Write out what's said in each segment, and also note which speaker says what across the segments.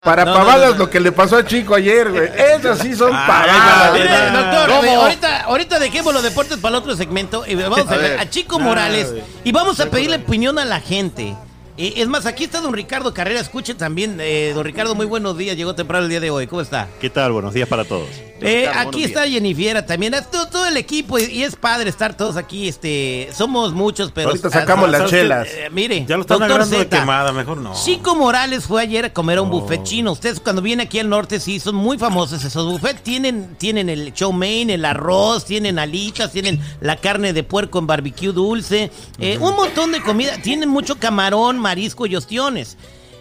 Speaker 1: Para
Speaker 2: No, no,
Speaker 1: pavadas
Speaker 2: no, Ah, no.
Speaker 1: lo que le pasó a Chico ayer, güey. Esas sí son
Speaker 3: Ah,
Speaker 1: pavadas.
Speaker 2: Mire,
Speaker 1: güey.
Speaker 2: doctor,
Speaker 1: ¿Cómo?
Speaker 2: eh, ahorita, ahorita dejemos los deportes para el otro segmento y vamos a,
Speaker 1: A
Speaker 2: ver,
Speaker 1: ver.
Speaker 2: a Chico Morales y vamos a pedirle opinión a la gente. Eh, es más, aquí está don Ricardo Carrera, escuche también. eh, don Ricardo, muy buenos días, llegó temprano el día de hoy, ¿cómo está?
Speaker 3: ¿Qué tal? Buenos días para todos.
Speaker 2: Eh,
Speaker 4: Ricardo, buenos
Speaker 2: aquí
Speaker 4: días.
Speaker 2: está Jennifiera también, eh, todo, todo el equipo y, y es padre estar todos aquí. Este, somos muchos, pero
Speaker 1: Ahorita sacamos las
Speaker 2: eh,
Speaker 1: chelas.
Speaker 2: mire,
Speaker 4: Ya lo están
Speaker 2: doctor
Speaker 4: agarrando de
Speaker 2: Zeta,
Speaker 4: quemada, mejor no.
Speaker 2: Chico Morales fue ayer a comer a
Speaker 5: Oh.
Speaker 2: un buffet chino. Ustedes cuando vienen aquí al norte sí son muy famosos esos buffets. Tienen, tienen el chow mein, el arroz, tienen alitas, tienen la carne de puerco en barbecue dulce, eh, un montón de comida. Tienen mucho camarón, marisco y ostiones.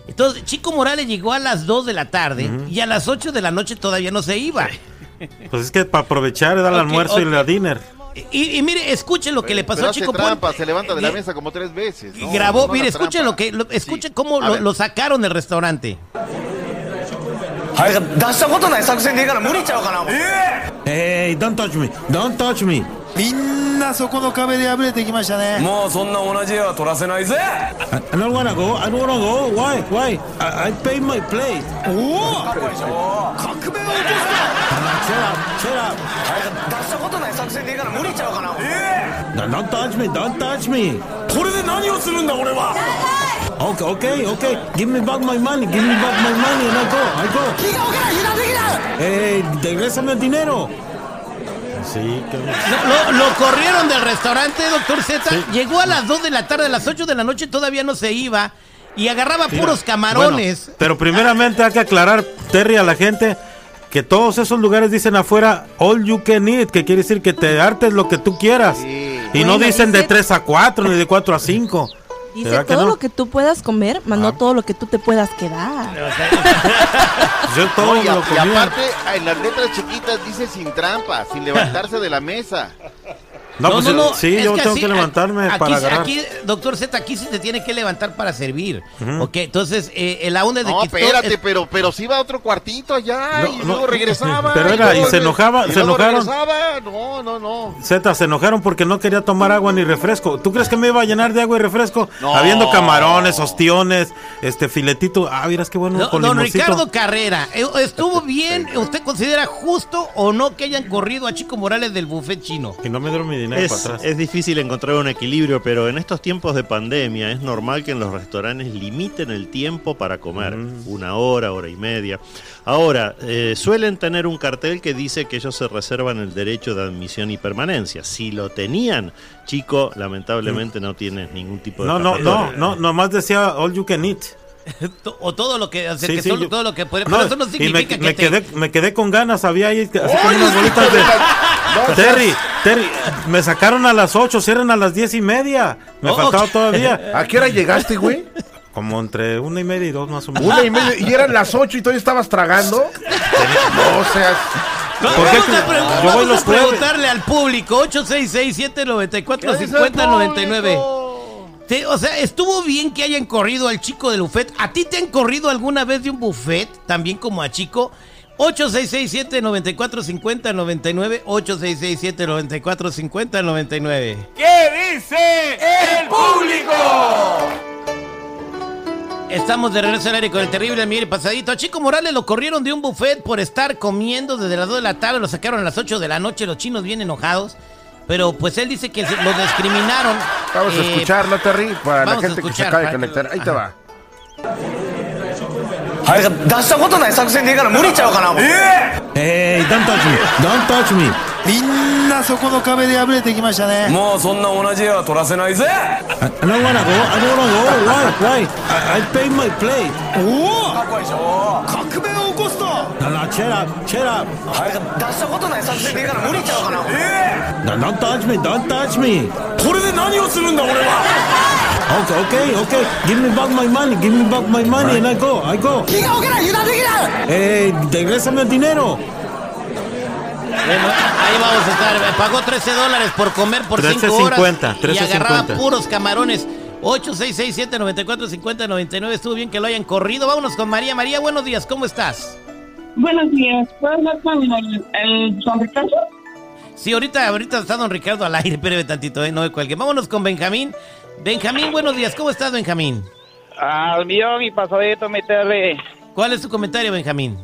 Speaker 2: Entonces, Chico Morales llegó a las 2 de la tarde y a las 8 de la noche todavía no se iba.
Speaker 4: Pues es que para aprovechar, da el
Speaker 2: Ok,
Speaker 4: almuerzo
Speaker 2: ok.
Speaker 4: y la dinner.
Speaker 2: Y, y mire, escuchen lo que le pasó
Speaker 5: Pero
Speaker 2: a
Speaker 5: hace
Speaker 2: Chico Pon-
Speaker 5: trampa, se levanta de la
Speaker 2: eh,
Speaker 5: mesa como tres veces. ¿no?
Speaker 2: grabó,
Speaker 5: No haga
Speaker 2: mire, escuchen
Speaker 5: trampa.
Speaker 2: lo que, lo- escuchen
Speaker 5: Sí.
Speaker 2: cómo
Speaker 5: A
Speaker 2: lo,
Speaker 5: ver.
Speaker 2: lo sacaron del restaurante.
Speaker 6: あれが出したことない作戦でいいから無理ちゃうかなもう
Speaker 4: Hey, don't touch me, don't touch me.
Speaker 7: みんなそこの壁で敗れてきましたね
Speaker 6: もうそんな同じ絵は取らせないぜ
Speaker 4: I I don't wanna go, I don't wanna go. Why, why? I, I pay my place.
Speaker 6: あれが出したことない作戦でいいから無理ちゃうかなもう
Speaker 4: No, don't touch me, don't touch me.
Speaker 6: これで何をするんだ俺は
Speaker 4: Okay, okay, okay. Give me back my money, give me back my money and I go, I go. Hey, regrésame el dinero. Sí,
Speaker 2: Lo, lo corrieron del restaurante, doctor Z. Llegó a las 2 de la tarde, a las 8 de la noche todavía no se iba. Y agarraba puros camarones.
Speaker 3: Bueno, pero primeramente hay que aclarar, Terry, a la gente que todos esos lugares dicen afuera all you can eat, que quiere decir que te hartes lo que tú quieras. Y no
Speaker 8: Bueno,
Speaker 3: dicen de
Speaker 8: dice-
Speaker 3: 3 a 4 ni de 4 a 5.
Speaker 8: Dice
Speaker 3: ¿Verdad que
Speaker 8: todo
Speaker 3: no? Ah.
Speaker 8: lo que tú puedas comer, más no todo lo que tú te puedas quedar.
Speaker 3: Yo todo
Speaker 5: No, y, a-
Speaker 3: lo
Speaker 5: y
Speaker 3: comí.
Speaker 5: aparte, en las letras chiquitas dice sin trampa, sin levantarse de la mesa.
Speaker 3: No, pues, sí,
Speaker 2: es
Speaker 3: yo tengo
Speaker 2: así,
Speaker 3: que levantarme
Speaker 2: aquí-
Speaker 3: para agarrar.
Speaker 2: Aquí, doctor Z, aquí sí te tiene que levantar para servir. Ok, entonces, eh, la onda de
Speaker 5: No,
Speaker 2: que. todo-
Speaker 5: espérate, pero, pero sí iba a otro cuartito allá
Speaker 3: No,
Speaker 5: y
Speaker 3: no.
Speaker 5: luego regresaba.
Speaker 3: Pero era, y
Speaker 5: luego
Speaker 3: se
Speaker 5: re-
Speaker 3: enojaba,
Speaker 5: y
Speaker 3: se
Speaker 5: luego
Speaker 3: enojaron.
Speaker 5: regresaba. No, no, no.
Speaker 3: Z, se enojaron porque no quería tomar agua ni refresco. ¿Tú crees que me iba a llenar de agua y refresco?
Speaker 5: No.
Speaker 3: Habiendo camarones, ostiones, este filetito. Ah, miras qué bueno
Speaker 2: Do-
Speaker 3: con
Speaker 2: don
Speaker 3: limoncito.
Speaker 2: Ricardo Carrera, eh, ¿estuvo bien? ¿Usted considera justo o no que hayan corrido a Chico Morales del buffet chino?
Speaker 3: Y no me dieron mi dinero para
Speaker 4: es,
Speaker 3: atrás.
Speaker 4: es difícil encontrar un equilibrio, pero en estos tiempos de pandemia es normal que en los restaurantes limiten el tiempo para comer,
Speaker 3: Mm.
Speaker 4: una hora, hora y media. Ahora, eh, suelen tener un cartel que dice que ellos se reservan el derecho de admisión y permanencia. Si lo tenían, chico, lamentablemente no tienes ningún tipo de...
Speaker 3: Mm. No, no, no,
Speaker 4: escapatoria.
Speaker 3: no, nomás decía all you can eat.
Speaker 2: To- O todo lo que, o sea,
Speaker 3: Eh, Sí,
Speaker 2: que
Speaker 3: sí,
Speaker 2: solo-
Speaker 3: yo-
Speaker 2: todo lo que puede,
Speaker 3: No,
Speaker 2: pero eso no
Speaker 3: y me-
Speaker 2: significa
Speaker 3: me,
Speaker 2: que te-
Speaker 3: quedé, me quedé con ganas, había ahí así como
Speaker 5: Oye,
Speaker 3: unas bolitas de...
Speaker 5: No,
Speaker 3: Terry, Terry, me sacaron a las 8, cierran a las 10 y media. Me
Speaker 2: Oh,
Speaker 3: faltaba
Speaker 2: ok.
Speaker 3: todavía.
Speaker 1: ¿A qué hora llegaste, güey?
Speaker 3: Como entre una y media y dos más o menos.
Speaker 1: Una y media. Y eran las ocho y todavía estabas tragando. No seas.
Speaker 2: No,
Speaker 3: ¿Por qué
Speaker 2: vamos a,
Speaker 3: que-
Speaker 2: pre-
Speaker 3: yo
Speaker 2: vamos
Speaker 3: voy
Speaker 2: a
Speaker 3: los jueves?
Speaker 2: preguntarle al público 866-794-5099. Sí, o sea, estuvo bien que hayan corrido al chico del buffet. ¿A ti te han corrido alguna vez de un buffet? También como a chico. 8667-945099. 8667-945099. Estamos de regreso al aire con el terrible Mire Pasadito. A Chico Morales lo corrieron de un buffet por estar comiendo desde las 2 de la tarde, lo sacaron a las 8 de la noche, los chinos bien enojados. Pero pues él dice que se- lo discriminaron.
Speaker 1: Vamos a
Speaker 2: Eh,
Speaker 1: escucharlo, Terry, para la
Speaker 2: vamos a
Speaker 1: gente que se
Speaker 2: escuchar,
Speaker 1: acaba de
Speaker 2: para que-
Speaker 1: conectar. Ahí te
Speaker 2: Ajá.
Speaker 1: va.
Speaker 6: あれが出したことない作戦でいいから無理ちゃうかなもう
Speaker 3: Hey, don't touch me, don't touch me.
Speaker 7: みんなそこの壁で敗れてきましたね
Speaker 6: もうそんな同じ絵は取らせないぜ
Speaker 3: I I don't wanna go, I don't wanna go. Why, why? I, I pay my plate.
Speaker 7: 革命を起こすと
Speaker 3: No, no, shut up, shut up.
Speaker 6: あれが出したことない作戦でいいから無理ちゃうかなもう
Speaker 3: No, don't touch me, don't touch me.
Speaker 6: これで何をするんだ俺は
Speaker 3: Okay, okay, okay. Give me back my money, give me back my money and I go, I go.
Speaker 6: 気が起きない油断できない
Speaker 3: Hey, regrésame el dinero.
Speaker 2: Bueno, ahí vamos a estar. Pagó 13 dólares por comer por 5 horas.
Speaker 3: 13.50,
Speaker 2: Y agarraba
Speaker 3: 13.50.
Speaker 2: puros camarones. 8667-945099. Estuvo bien que lo hayan corrido. Vámonos con María. María, buenos días. ¿Cómo estás?
Speaker 9: Buenos días, ¿puedo hablar con el, el don Ricardo?
Speaker 2: Sí, ahorita, ahorita está don Ricardo al aire, espérame tantito, eh, no me cuelgue. Vámonos con Benjamín. Benjamín, buenos días, ¿cómo estás, Benjamín?
Speaker 9: Al mío, mi pasadito, mi Terry.
Speaker 2: ¿Cuál es tu comentario, Benjamín?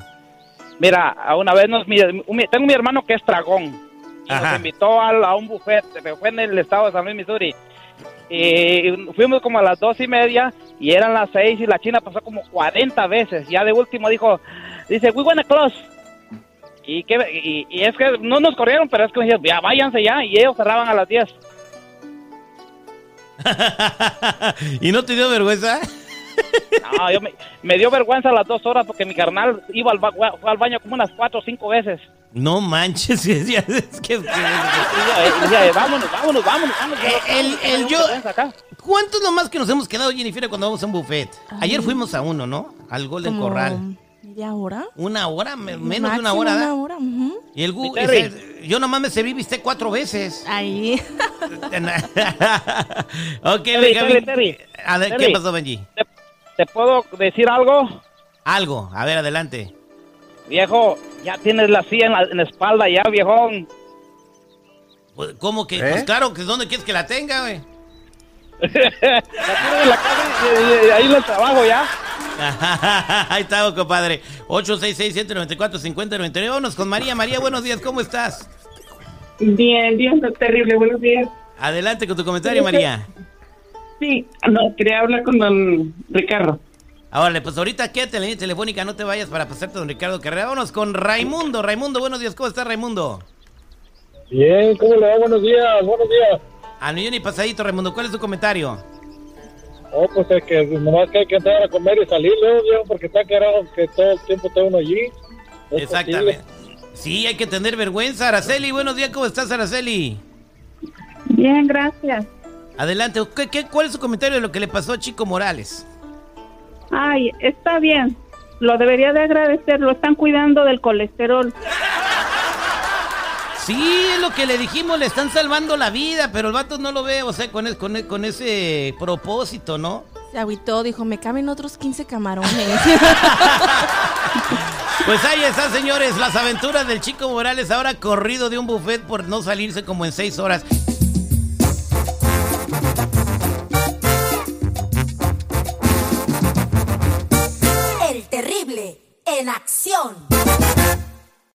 Speaker 10: Mira, a una vez nos, mi- mi- tengo mi hermano que es dragón. Y
Speaker 2: Ajá.
Speaker 10: Nos invitó al- a, un buffet, pero fue en el estado de San Luis, Missouri. Y fuimos como a las dos y media y eran las seis y la china pasó como 40 veces. Ya de último dijo, dice, we wanna close. Y, que, y, y es que no nos corrieron, pero es que me dijeron, ya váyanse ya. Y ellos cerraban a las 10.
Speaker 2: ¿Y no te dio vergüenza?
Speaker 10: No, yo me, me dio vergüenza las dos horas porque mi carnal iba al, ba- fue al baño como unas cuatro o cinco veces.
Speaker 2: No manches, es, es que...
Speaker 10: Y decía, eh, vámonos, vámonos, vámonos, vámonos.
Speaker 2: Eh, El, el yo...
Speaker 10: acá.
Speaker 2: ¿Cuántos nomás que nos hemos quedado, Jennifer, cuando vamos a un buffet? Ayer
Speaker 8: Ay.
Speaker 2: fuimos a uno, ¿no? Al Golden
Speaker 8: Como
Speaker 2: Corral.
Speaker 8: ¿Media hora?
Speaker 2: Una hora, me- menos de una
Speaker 8: Máximo
Speaker 2: hora.
Speaker 8: Una
Speaker 2: ¿da?
Speaker 8: hora, ujú.
Speaker 2: Y el Gu...
Speaker 10: Mi Terry.
Speaker 2: ese- yo nomás me serví viste cuatro veces.
Speaker 8: Ahí.
Speaker 2: ok,
Speaker 10: Terry,
Speaker 2: Benjamín.
Speaker 10: Terry, Terry.
Speaker 2: A ver, ¿qué
Speaker 10: Terry.
Speaker 2: pasó, Benji?
Speaker 10: ¿Te puedo decir algo?
Speaker 2: Algo. A ver, adelante.
Speaker 10: Viejo, ya tienes la silla en la, en la espalda ya, viejón.
Speaker 2: Pues, ¿Cómo que?
Speaker 1: ¿Eh?
Speaker 2: Pues claro, que ¿dónde quieres que la tenga, güey?
Speaker 10: La tienes en la casa y- y- y ahí en el trabajo ya.
Speaker 2: Ahí estamos, compadre. 866-194-5099. Vámonos con María. María, buenos días. ¿Cómo estás?
Speaker 9: Bien, bien, no, terrible, buenos días.
Speaker 2: Adelante con tu comentario, María.
Speaker 9: Sí, no, quería hablar con don Ricardo.
Speaker 2: Ahora, pues ahorita quédate en la línea telefónica, no te vayas para pasarte a don Ricardo Carrera. Vámonos con Raimundo. Raimundo, buenos días. ¿Cómo estás, Raimundo?
Speaker 11: Bien, ¿cómo le va? Buenos días, buenos días.
Speaker 2: A millón y pasadito, Raimundo. ¿Cuál es tu comentario?
Speaker 11: Oh, pues es que nomás que hay que entrar a comer y salir luego, viejo, porque está quedado que todo el tiempo está uno allí. No es
Speaker 2: Exactamente. Sí, hay que tener vergüenza. Araceli, buenos días. ¿Cómo estás, Araceli?
Speaker 9: Bien, gracias.
Speaker 2: Adelante. ¿Qué, qué, cuál es su comentario de lo que le pasó a Chico Morales?
Speaker 9: Ay, está bien. Lo debería de agradecer. Lo están cuidando del colesterol.
Speaker 2: Sí, es lo que le dijimos, le están salvando la vida, pero el vato no lo ve, o sea, con, es- con, es- con ese propósito, ¿no?
Speaker 8: Se agüitó, dijo, me caben otros 15 camarones.
Speaker 2: Pues ahí están, señores, las aventuras del Chico Morales, ahora corrido de un buffet por no salirse como en seis horas.
Speaker 12: El terrible en acción.